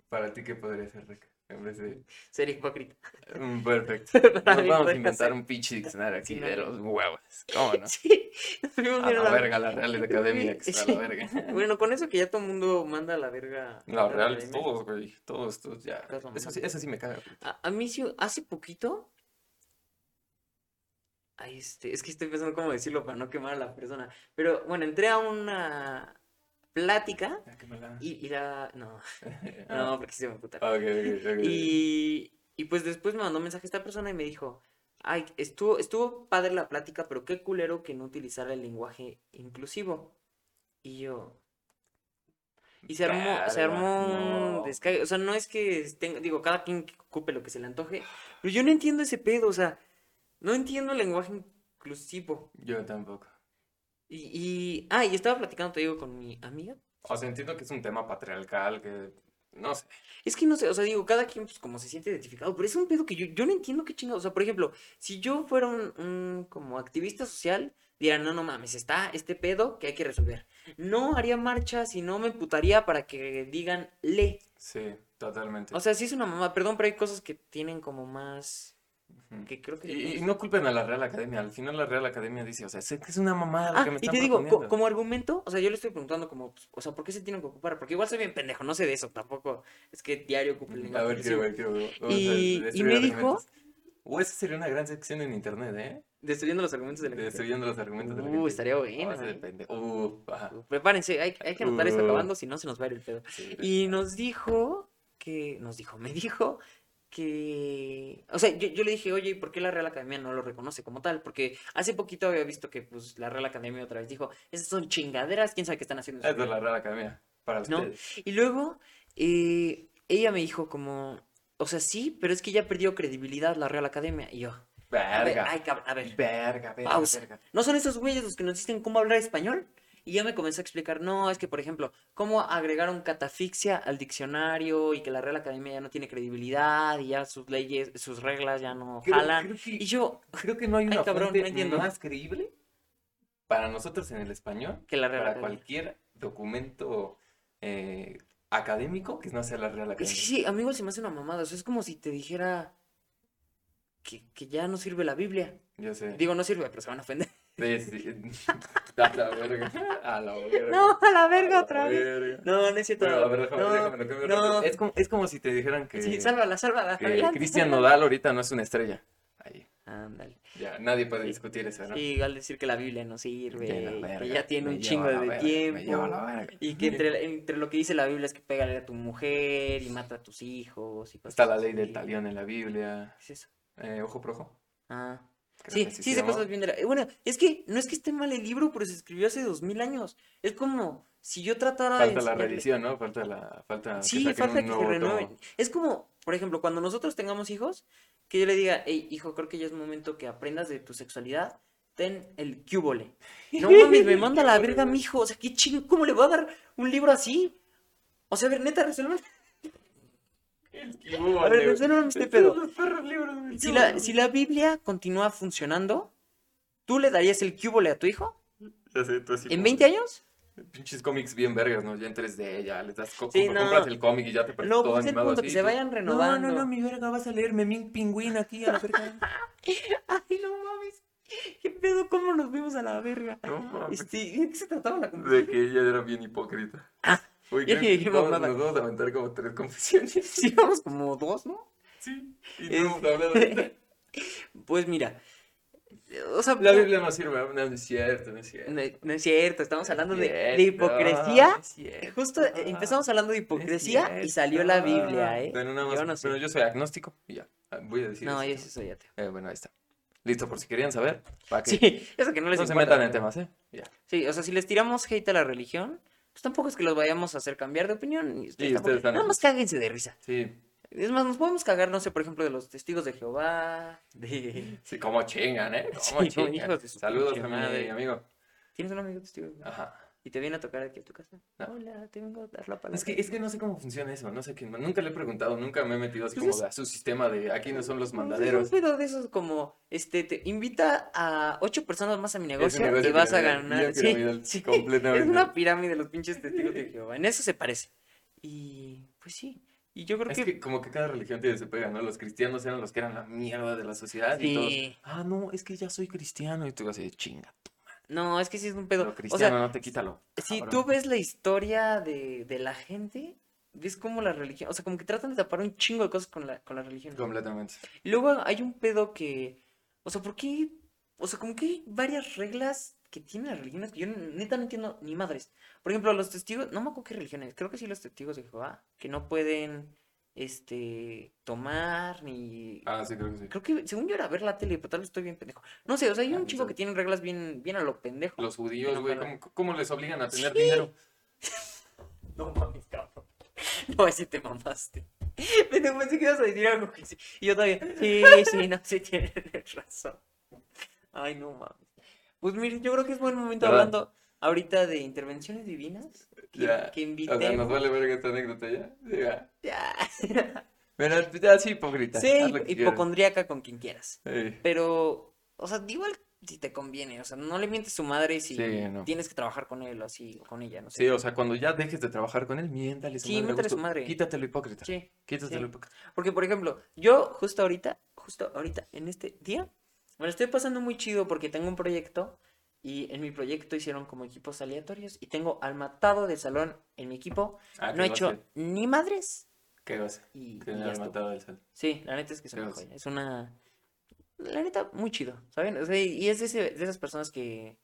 Para ti, ¿qué podría ser, Rick? En vez de. Ser hipócrita. *laughs* Mm, Perfecto. Para Nos mí vamos a podría ser. inventar un pinche diccionario aquí Sí, de no. los huevos. ¿Cómo *laughs* no? Sí, nos fuimos A bien la verga, la Real Academia que está a Sí. la verga. *laughs* Bueno, con eso que ya todo el mundo manda a la verga. a La Real, academia. todos, güey. Todos, todos ya. Todos lo Eso sí, eso sí me caga. güey. A, a mí sí, hace poquito. Ay, este, es que estoy pensando cómo decirlo para no quemar a la persona. Pero bueno, entré a una plática Ya que me la- *laughs* y, y la. No, Ah, no, porque sí se me puta. ok, ok, ok. Y, y pues después me mandó mensaje esta persona y me dijo, ay, estuvo, estuvo padre la plática, pero qué culero que no utilizara el lenguaje inclusivo. Y yo... Y se armó, se Verga, armó un no. descague. O sea, no es que tenga- digo, cada quien que ocupe lo que se le antoje, pero yo no entiendo ese pedo, o sea, no entiendo el lenguaje inclusivo. Yo tampoco. Y, y- ah, y estaba platicando, te digo, con mi amiga. O sea, entiendo que es un tema patriarcal, que no sé. Es que no sé, o sea, digo, cada quien pues como se siente identificado, pero es un pedo que yo, yo no entiendo qué chingado. O sea, por ejemplo, si yo fuera un, un como activista social, diría, no, no mames, está este pedo que hay que resolver. No haría marchas y no me putaría para que digan le. Sí, totalmente. O sea, sí es una mamá, perdón, pero hay cosas que tienen como más. Ujú. que pues creo que. y, y no culpen a la Real Academia. Al final la Real Academia dice, o sea, sé que es una mamada lo Ah, que me y están te digo, co- proponiendo. como argumento, o sea, yo le estoy preguntando como, pues, o sea, ¿por qué se tienen que ocupar? Porque igual soy bien pendejo, no sé de eso tampoco. Es que diario ocupo el A lenguaje ver, quiero inclusivo. ver, quiero ver. Vamos a Y, y destruir me dijo, argumentos. O esa sería una gran sección en internet, ¿eh? destruyendo los argumentos de la gente. Destruyendo los argumentos de la Uh, gente. estaría Ah, bueno, ese ¿eh? depende. Uh, ajá. Prepárense, hay, hay que anotar esto Uh. acabando, si no se nos va a ir el pedo. Sí. Y nos dijo que, nos dijo, me dijo que, o sea, yo, yo le dije, oye, ¿y por qué la Real Academia no lo reconoce como tal? Porque hace poquito había visto que pues la Real Academia otra vez dijo, esas son chingaderas, quién sabe qué están haciendo. en su Ah, Esa es la Real Academia. Para No. ustedes. Y luego eh, ella me dijo como, o sea, sí, pero es que ya perdió credibilidad la Real Academia. Y yo, a ver, Verga. ay, cabrón, a ver, Verga, verga, Pausa. verga. ¿no son esos güeyes los que nos dicen cómo hablar español? Y ya me comenzó a explicar, no, es que, por ejemplo, cómo agregaron catafixia al diccionario y que la Real Academia ya no tiene credibilidad y ya sus leyes, sus reglas ya no Creo- jalan. creo que- Y yo, Creo que no hay Ay, una cabrón, fuente no entiendo. más creíble para nosotros en el español, que la Real para Academia... cualquier documento eh, académico que no sea la Real Es que *laughs* Academia. sí, a mí igual se me hace una mamada, o sea, es como si te dijera que, que ya no sirve la Biblia. Yo sé. Digo, no sirve, pero se van a ofender. Sí, sí. *laughs* A la verga. A la verga. *laughs* No, a la A verga la otra vez. verga. No, no es cierto. Bueno, a ver, déjame, no, déjame, lo cambio no. rápido. Es como, es como si te dijeran que, Sí, sálvala, sálvala. que adelante, Cristian *laughs* sálvala. Nodal ahorita no es una estrella. Ahí, Ándale. ya, nadie puede Sí. discutir eso, ¿no? Sí, al decir que la Biblia no Ya, sirve, la y verga, que ya tiene me un lleva chingo a la de verga, Me lleva a tiempo. la verga. Y que entre, entre lo que dice la Biblia es que pégale a tu mujer y mata a tus hijos. Y cosas Está la ley así. del talión en la Biblia. ¿Qué es eso? Eh, ojo por ojo. Ah. Creo Sí, que así sí, se llama. cosas bien de la... eh, Bueno, es que no es que esté mal el libro, pero se escribió hace dos mil años. Es como si yo tratara de Falta la enseñarle- revisión, ¿no? Falta la. Falta Sí, saquen falta que un se nuevo tomo. renueven. Es como, por ejemplo, cuando nosotros tengamos hijos, que yo le diga, hey, hijo, creo que ya es momento que aprendas de tu sexualidad, ten el cúbole. No mames, *laughs* me manda a la verga mi hijo. O sea, qué ching, ¿cómo le voy a dar un libro así? O sea, a ver, neta, resuelvan. A ver, resuelvan este pedo. Si la, si la Biblia continúa funcionando, ¿tú le darías el cúbole a tu hijo? ¿En 20 años? Pinches cómics bien vergas, ¿no? Ya en 3D, ya les das co- Sí, compra- no. compras el cómic y ya te parece No, todo pues es el animado punto, que así. se vayan renovando. mi verga, vas a leerme mi pingüín aquí a la verga. *laughs* Ay, no mames. ¿Qué pedo? ¿Cómo nos vimos a la verga? No mames. Este, ¿De qué se trataba la *laughs* De conversación? que ella era bien hipócrita. Ah, Uy, ya creo ni que dijimos vamos- nada. nos vamos a aventar como tres *laughs* confesiones. *laughs* Sí, vamos como dos, ¿no? Sí. Y Es- no hemos hablado de esta. *laughs* Pues mira. O sea, La no- Biblia no sirve, no, no es cierto, no es cierto. no, no es cierto, estamos No es hablando de, de cierto, no hipocresía. es cierto. Ah, Justo eh, empezamos hablando de No es hipocresía y salió la cierto. Biblia, ¿eh? Bueno, nada más, Yo no sé. bueno, yo soy agnóstico y ya. Ah, Voy a decir No, eso. yo sí soy ateo. Eh, bueno, ahí está. Listo, por si querían saber. Para que Sí, *laughs* eso que no les no se importa. metan en temas, ¿eh? Ya. Sí, o sea, si les tiramos hate a la religión, pues tampoco es que los vayamos a hacer cambiar de opinión. y ustedes Sí, ustedes tampoco- están- Nada más cáguense de risa. Sí, Es más, nos podemos cagar, no sé, por ejemplo, de los testigos de Jehová, *laughs* de... sí, como chingan, ¿eh? *laughs* Como Sí, chingan. hijos de su Saludos pinche a mi madre. amigo. ¿Tienes un amigo testigo de Jehová? Ajá. ¿Y te viene a tocar aquí a tu casa? No. Hola, te vengo a dar la palabra. Ah. Es que, es que no sé cómo funciona eso, no sé qué, nunca le he preguntado, nunca me he metido así Pues como es- de a su sistema de aquí no son los No, sí, mandaderos. Es un pedo de esos como, este, te invita a ocho personas más a mi negocio, negocio y vas a piramidal, ganar. bien Sí, piramidal, sí, *laughs* completamente. Es una pirámide los pinches testigos de Jehová. En eso se parece. Y pues sí. Y yo creo Es que, que como que cada religión tiene su pega, ¿no? Los cristianos eran los que eran la mierda de la sociedad y todos, Sí. ah, no, es que ya soy cristiano y tú así, de chinga, No, es que sí es un pedo. lo o sea, cristiano no te quítalo. si cabrón". tú ves la historia de, de la gente, ves cómo la religión, o sea, como que tratan de tapar un chingo de cosas con la, con la religión. Completamente. Y luego hay un pedo que, o sea, ¿por qué? O sea, como que hay varias reglas que tiene la religión que yo neta no entiendo ni madres. Por ejemplo, los testigos, no me acuerdo qué religiones, creo que sí los testigos de Jehová, que no pueden, este, tomar ni... Ah, sí, creo que sí. Creo que, según yo era ver la tele, pero tal vez estoy bien pendejo. No sé, o sea, hay Ah, un quién chico sabe. que tiene reglas bien, bien a lo pendejo. Los judíos, güey, Ojalá. ¿cómo, cómo les obligan a tener dinero? No mames, cabrón. No, ese te mamaste. Pero pensé que ibas a decir algo que sí. Y yo todavía, sí, sí, no, sí tienes razón. Ay, no mames. Pues miren, yo creo que es buen momento ¿Verdad? hablando ahorita de intervenciones divinas. Que, Ya, que O sea, nos invitemos. vale verga esta anécdota ya. Sí, ya. Ya. Pero pues, ya sí, hipócrita. Sé haz lo hipo- que quieras. hipocondríaca con quien quieras. Ey, Pero, o sea, igual si te conviene. O sea, no le mientes a su madre si Sí, no. tienes que trabajar con él o así, o con ella, no sé. Sí, o sea, cuando ya dejes de trabajar con él, miéntale a su Sí, madre a miéntale a su gusto. madre. Quítate lo hipócrita. Sí. Quítate sí. lo hipócrita. Porque, por ejemplo, yo justo ahorita, justo ahorita, en este día, me lo estoy pasando muy chido porque tengo un proyecto y en mi proyecto hicieron como equipos aleatorios y tengo al matado del salón en mi equipo. Ah, no he qué hecho goce, ni madres Qué goce. y, y Tener ya al estuvo. matado del sol. Sí, la neta es que es una Gracias. joya. Es una. La neta, muy chido, ¿saben? O sea, y es de, ese- de esas personas que,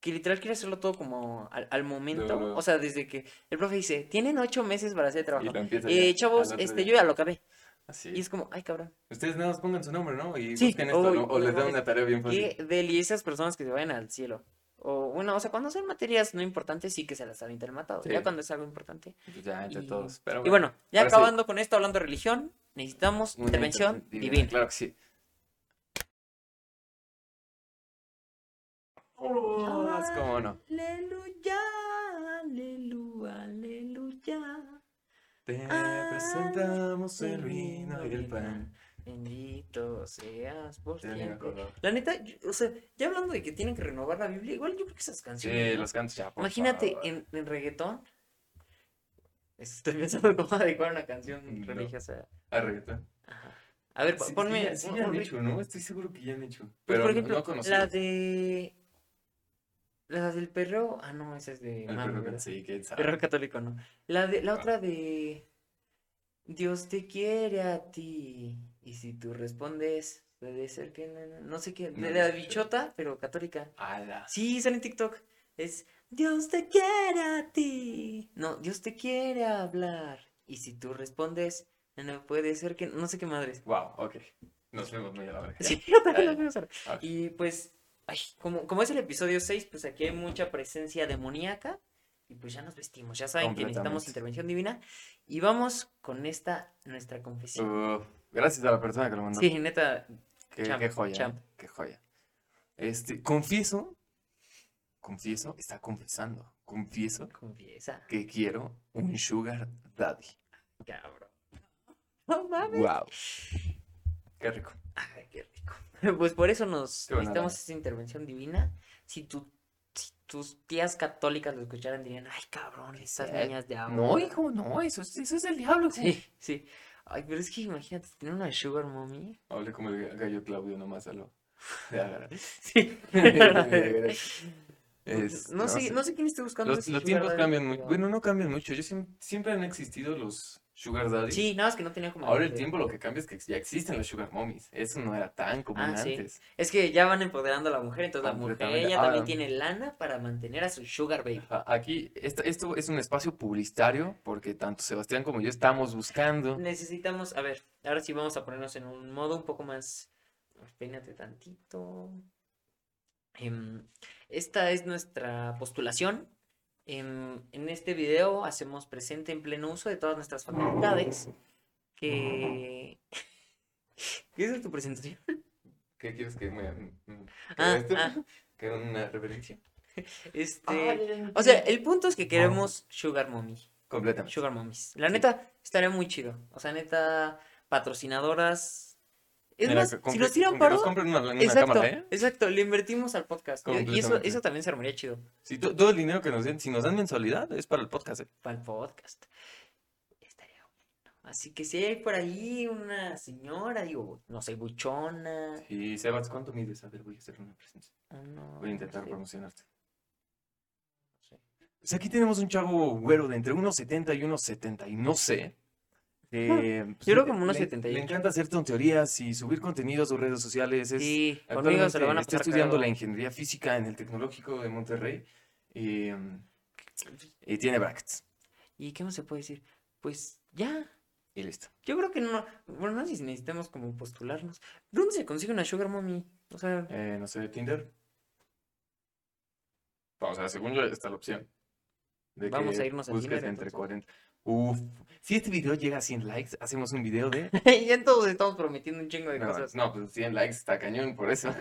que literal quiere hacerlo todo como al, al momento. luego. O sea, desde que el profe dice, tienen ocho meses para hacer el Y trabajo. lo empieza ya Eh, al chavos, otro este, día. yo ya lo acabé. Así. Y es como, ay, cabrón. Ustedes nada más pongan su nombre, ¿no? Y Sí, busquen esto, uy, ¿no? O uy, les dan mames, una tarea bien fácil. Qué deli esas personas que se vayan al cielo. O bueno, o sea, cuando son materias no importantes, sí que se las avienta el matado. Ya Sí. cuando es algo importante. Pues ya, entre Y- todos. Pero Y bueno, ya ahora sí. acabando con esto, hablando de religión, necesitamos una intervención intervención divina. Claro que sí. Ah. ¿Cómo no? Aleluya, aleluya, aleluya. Te Ah, presentamos el el vino y vino y el el pan. Bendito seas por Ya ni me siempre. acordaba. La neta, yo- o sea, ya hablando de que tienen que renovar la Biblia, igual yo creo que esas canciones. Sí, ¿no? los cantos ya, por Imagínate favor. en, en reggaetón. Estoy pensando cómo *laughs* adecuar una canción Mm, No. religiosa. Ah, reggaetón. Ajá. A ver, po- Sí, ponme. sí, ya- sí un- ya un han rit- hecho, ¿no? Estoy seguro que ya han hecho. pues, Pero por no- ejemplo, no conocí. la de. La del perro. Ah, no, esa es de. El mami, perro ¿verdad? que sí, que sabe. Perro católico, no. La, de, la Ah. otra de. Dios te quiere a ti. Y si tú respondes, debe ser que. na, na, No sé qué. No, De no la sé. bichota, pero católica. Ala. Sí, sale en TikTok. Es Dios te quiere a ti. No, Dios te quiere hablar. Y si tú respondes, no puede ser que. No sé qué *laughs* madres. Wow, ok. Nos vemos muy a la verga. Sí, yo también lo voy a usar. Ah. Y pues, ay, como, como es el episodio 6, pues aquí hay mucha presencia demoníaca. Y pues ya nos vestimos. Ya saben que necesitamos Completamente. intervención divina. Y vamos con esta, nuestra confesión. Uh, gracias a la persona que lo mandó. Sí, neta. Qué, Champ, qué joya, champ. ¿eh? qué joya. Este, confieso, confieso, está confesando, confieso Confiesa, que quiero un sugar daddy. cabrón. No mames. Wow. Qué rico. Ay, qué rico. *laughs* Pues por eso nos Qué buena necesitamos dama. esta intervención divina. Si tu, si tus tías católicas lo escucharan, dirían, ay, cabrón, esas Eh, niñas de ahora. *laughs* No, hijo, no, eso, es- eso es el diablo. hijo. Sí, sí. Ay, pero es que imagínate, tener una sugar mommy. *laughs* Hablé como el gallo Claudio nomás a *laughs* lo. Sí. *laughs* Es- no, sé, no sé quién esté buscando. Este, Los, ese los sugar tiempos daddy, cambian mucho. pero- Bueno, no cambian mucho. Yo siem- siempre han existido los sugar daddies. Sí, nada más que no tenía como. Ahora el nombre. tiempo lo que cambia es que ya existen los sugar mommies. Eso no era tan común Ah, sí. antes. Es que ya van empoderando a la mujer, entonces la mujer Completamente. ella Ah. también tiene lana para mantener a su sugar baby. Ajá, Aquí, esto, esto es un espacio publicitario porque tanto Sebastián como yo estamos buscando. Necesitamos, a ver, ahora sí vamos a ponernos en un modo un poco más. Peínate tantito. Em, esta es nuestra postulación. Em, en este video hacemos presente en pleno uso de todas nuestras facultades. Que. *laughs* ¿Qué es tu presentación? ¿Qué quieres que me. me- que Ah, esto? ah, este, *laughs* ¿Que una referencia? este. O sea, el punto es que queremos Sugar Mommy. Completamente. Sugar Mommies. La neta, estaría muy chido. O sea, neta, patrocinadoras. Es Mira, más, con si que- nos tiran con que nos paro. compren una, una Exacto, cámara, ¿eh? exacto, le invertimos al podcast. Y- Y eso, Completamente. eso también se armaría chido Si to- todo el dinero que nos den, si nos dan mensualidad, es para el podcast, ¿eh? para el podcast. Estaría bueno. Así que si hay por ahí una señora, digo, no sé, buchona. Y Sebas, ¿cuánto mides? A ver, voy a hacer una presencia. uno, Voy a intentar no sé, promocionarte. Sí. Pues aquí tenemos un chavo güero de entre 1,70 y 1,70 y no sé. Eh, pues, Hmm. Yo creo le- como unos le- 78. Le encanta hacer tonterías y subir contenido a sus redes sociales. Es, Sí, conmigo actualmente se lo van a está pasar estudiando la cagado. ingeniería física en el Tecnológico de Monterrey y, mm, y tiene brackets. ¿Y qué más se puede decir? Pues ya. Y listo. Yo creo que no. Bueno, no sé si necesitamos como postularnos. ¿Dónde se consigue una Sugar Mommy? O *laughs* sea, *laughs* Eh, no sé, Tinder. O sea, según yo, está la opción. De Vamos a que irnos a busques Tinder, entre entonces. 40. Uf. Si este video llega a 100 likes, hacemos un video de. ya entonces estamos prometiendo un chingo de No, cosas. no, pues 100 likes está cañón, por eso.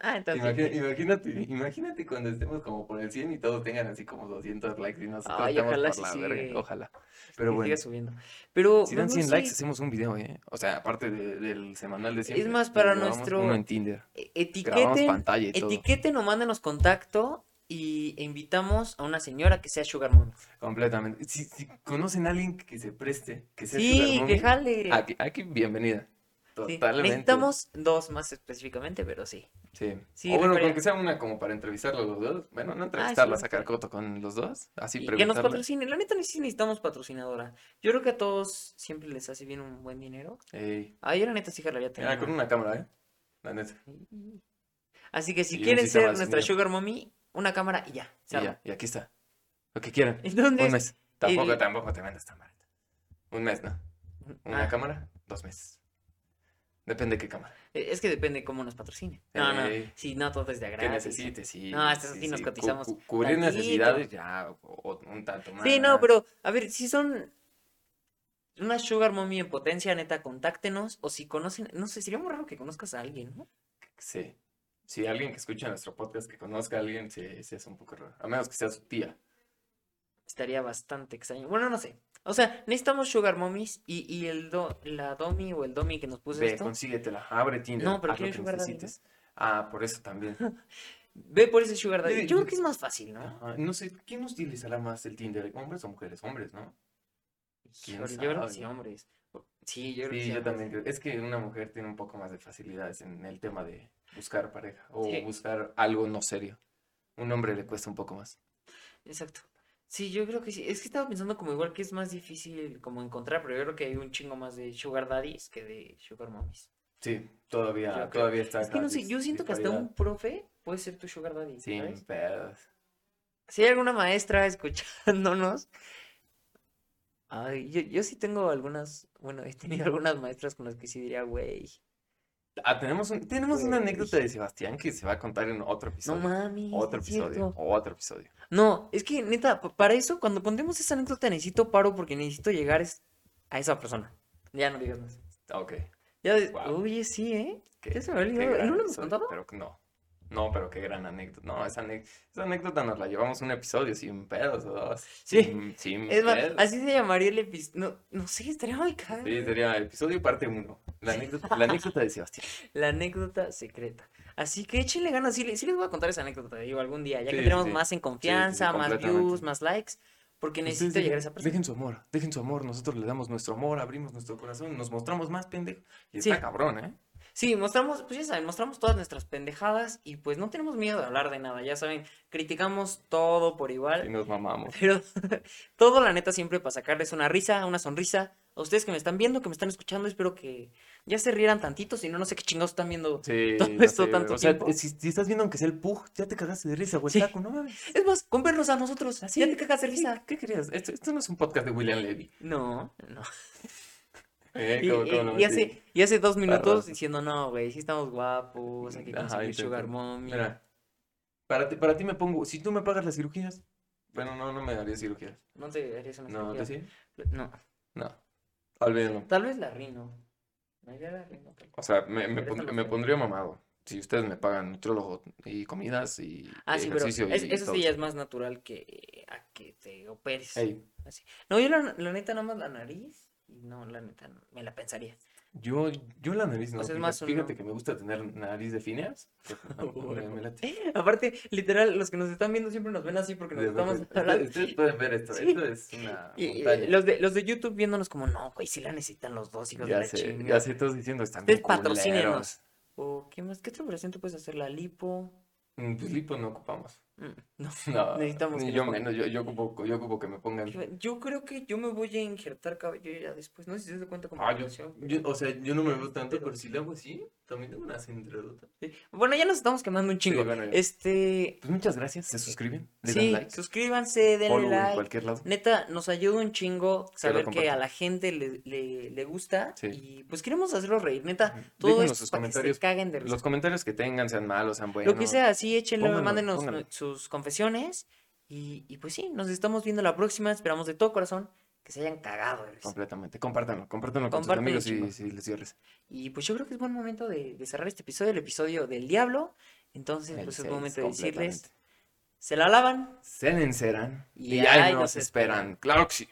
Ah, *laughs* entonces. Imagina- imagínate, imagínate cuando estemos como por el 100 y todos tengan así como 200 likes y nosotros Ay, estamos ojalá por sí la sigue. verga. Ojalá. que Pero bueno, siga subiendo. Pero si dan no 100 likes, sé, hacemos un video, ¿eh? O sea, aparte de- del semanal de 100. más, para nuestro- Uno en Tinder. e- Grabamos etiqueten, pantalla y todo. etiqueten o mándenos contacto y e invitamos a una señora que sea Sugar Mommy. Completamente. Si, si conocen a alguien que se preste, que sea ah, sugar Sí, mommy, que jale. Aquí, aquí bienvenida. Sí, Totalmente. Necesitamos dos más específicamente, pero sí. Sí. Sí, o bueno, refería- con que sea una como para entrevistarlos los dos. Bueno, no sí, entrevistarla, sí. sacar coto con los dos. Así Y que nos preguntarle. patrocine. La neta, sí necesitamos patrocinadora. Yo creo que a todos siempre les hace bien un buen dinero. Ey, Ah, yo la neta sí jalaría mira, tener con una. una cámara, ¿eh? La neta. Así que si Sí, yo quieren necesito ser más nuestra dinero. Sugar Mommy, una cámara y ya. se Y, arma. ya, y aquí está. Lo que quieran. Entonces, Un mes. Tampoco, el- tampoco te mandas tan barato. Un mes, ¿no? Una ah, cámara, dos meses. Depende de qué cámara. eh, es que depende cómo nos patrocine. No, no. Ey. Si no, todo es de Que gratis. necesites, sí. No, estas sí, sí nos sí. Cu- cotizamos cu- Cubrir tantito. necesidades ya, o- o un tanto más. Sí, no, pero a ver, si son una sugar mommy en potencia, neta, contáctenos. O si conocen, no sé, sería muy raro que conozcas a alguien, ¿no? Sí. Si alguien que escucha nuestro podcast que conozca a alguien, sí, sí es un poco raro. A menos que sea su tía. Estaría bastante extraño. Bueno, no sé. O sea, necesitamos sugar mommies y, y el do- la domi o el domi que nos puso Ve, ¿Pues esto. consíguetela, abre Tinder, No, pero haz lo quiero que Sugar Daddy, ¿no? necesites. Ah, por eso *laughs* también. Ve por ese sugar daddy. Yo- Yo creo yo- que es más fácil, ¿no? Ajá, No sé, ¿quién nos utilizará más el Tinder? ¿Hombres o mujeres? Hombres, ¿no? ¿Quién Híjole, yo creo que sabe? sí, hombres. Sí, yo creo que Sí, sí, yo hombres. también creo. Es que una mujer tiene un poco más de facilidades en el tema de buscar pareja o Sí. buscar algo no serio. Un hombre le cuesta un poco más. Exacto. Sí, yo creo que sí. Es que estaba pensando como igual que es más difícil como encontrar, pero yo creo que hay un chingo más de sugar daddies que de sugar mommies. Sí, todavía, Yo creo. todavía está Es que no esa sé, dis- yo siento que hasta disparidad. un profe puede ser tu sugar daddy, Sin ¿sabes? pedos. Si hay alguna maestra escuchándonos. Ay, yo, yo sí tengo algunas, bueno, he tenido algunas maestras con las que sí diría, güey, Ah, tenemos, un- tenemos una Güey. anécdota de Sebastián que se va a contar en otro no episodio. mami, otro episodio. Otro episodio. No, es que neta, pa- para eso, cuando contemos esa anécdota necesito paro porque necesito llegar es- a esa persona. Ya no digas más. Ok. Ya, de- Guau. oye, sí, ¿eh? qué- Ya se me había qué olvidado. gran ¿No lo hemos episodio, contado? Pero no. No, pero qué gran anécdota. No, esa, ane- esa anécdota nos la llevamos un episodio sin pedos o dos. Sí. Sin, sin Es más, pedos. así se llamaría el episodio. No, no sé, estaría muy cagado. Sí, sería episodio parte 1. La anécdota, la anécdota de Sebastián. La anécdota secreta. Así que échenle ganas. Sí, le- sí les voy a contar esa anécdota, digo, algún día. Ya Sí, que sí, tenemos sí. más en confianza, más completamente. Pues views, más likes. Porque necesito Ustedes llegar a dejen- esa persona. Dejen su amor, dejen su amor. Nosotros le damos nuestro amor, abrimos nuestro corazón, nos mostramos más pendejos. Y Sí. está cabrón, ¿eh? Sí, mostramos, pues ya saben, mostramos todas nuestras pendejadas y pues no tenemos miedo de hablar de nada, ya saben, criticamos todo por Y igual, nos mamamos. pero *laughs* todo la neta siempre para sacarles una risa, una sonrisa. A ustedes que me están viendo, que me están escuchando, espero que ya se rieran tantito, si no, no sé qué chingados están viendo. Sí, Todo ya esto sé, tanto O sea, tiempo. si, si estás viendo aunque sea el pug, ya te cagaste de risa, güey. Sí. Taco, no mames. Es más, cómprenlos a ¿Ah, nosotros, así ya te cagas de risa. ¿Qué querías? Esto, esto no es un podcast de William Levy. No, no. ¿Eh? Y, ¿Cómo- y- cómo lo y metí? hace, y hace dos minutos Perros. diciendo, no, güey, sí estamos guapos, hay que Ajá, conseguir intento. Sugar Mommy. Mira, para ti, para ti me pongo. Si tú me pagas las cirugías. Bueno, no, no me daría cirugías. No te harías una No, ¿te cirugía. sí? No, No. Olvídalo. tal vez la rino. Me haría la rino, tal vez. O sea, me, me, Pero eso pon- no me sé. pondría mamado. Si ustedes me pagan nutriólogo y comidas y Ah, sí, pero ejercicio es- y eso todo. sí ya es más natural que a que te operes. Ey, No, yo la, la neta nada más la nariz. y No, la neta no, me la pensaría. *laughs* yo, yo la nariz no. O sea, es fíjate, más un fíjate no. que me gusta tener nariz de *laughs* Phineas. me, me late. Aparte, literal, los que nos están viendo siempre nos ven así porque nos De estamos repente- *laughs* hablando. Ustedes pueden ver esto. Sí. Esto es una Y, y montaña. los, de, los de YouTube viéndonos como, no, güey, sí la necesitan los dos hijos de Ya la sé, chingada". ya sé, todos diciendo están Ustedes bien patrocínenos. culeros. O, ¿qué más? ¿Qué otra operación te puedes hacer? ¿La lipo? Mm, Pues lipo no ocupamos. *laughs* Mm, no. No, Necesitamos ni que yo nos menos, yo, yo, ocupo, yo ocupo que me pongan. Yo creo que yo me voy a injertar cabello ya después. No sé si se dan cuenta como Ah, yo, operación, yo- o sea, yo no me veo tanto, Pero- pero si le hago así, también tengo una centradota. Sí. Bueno, ya nos estamos quemando un chingo. bueno, ya. este, Pues muchas gracias, se suscriben, le sí, dan like, suscríbanse, denle follow en like. cualquier lado. Neta, nos ayuda un chingo saber que a compartan. la gente le, le- le gusta Sí. y pues queremos hacerlo reír. Neta, Ujú. todo Déjenos esto sus para que se comentarios, caguen de risa. Los comentarios que tengan, sean malos, sean buenos. Lo que sea, sí, échenlo, pónganlo, mándenos pónganlo. nu- sus confesiones y, y, pues sí, nos estamos viendo la próxima. Esperamos de todo corazón que se hayan cagado de risa. Completamente, compártanlo, compártanlo con sus Compártanlo, amigos chingo. y si les cierres. Y pues yo creo que es buen momento de, de cerrar este episodio, el episodio del diablo. Entonces, El pues es seis, momento de decirles, completamente. se la lavan. Se enceran Y y ahí ahí nos nos esperan. Claro que sí.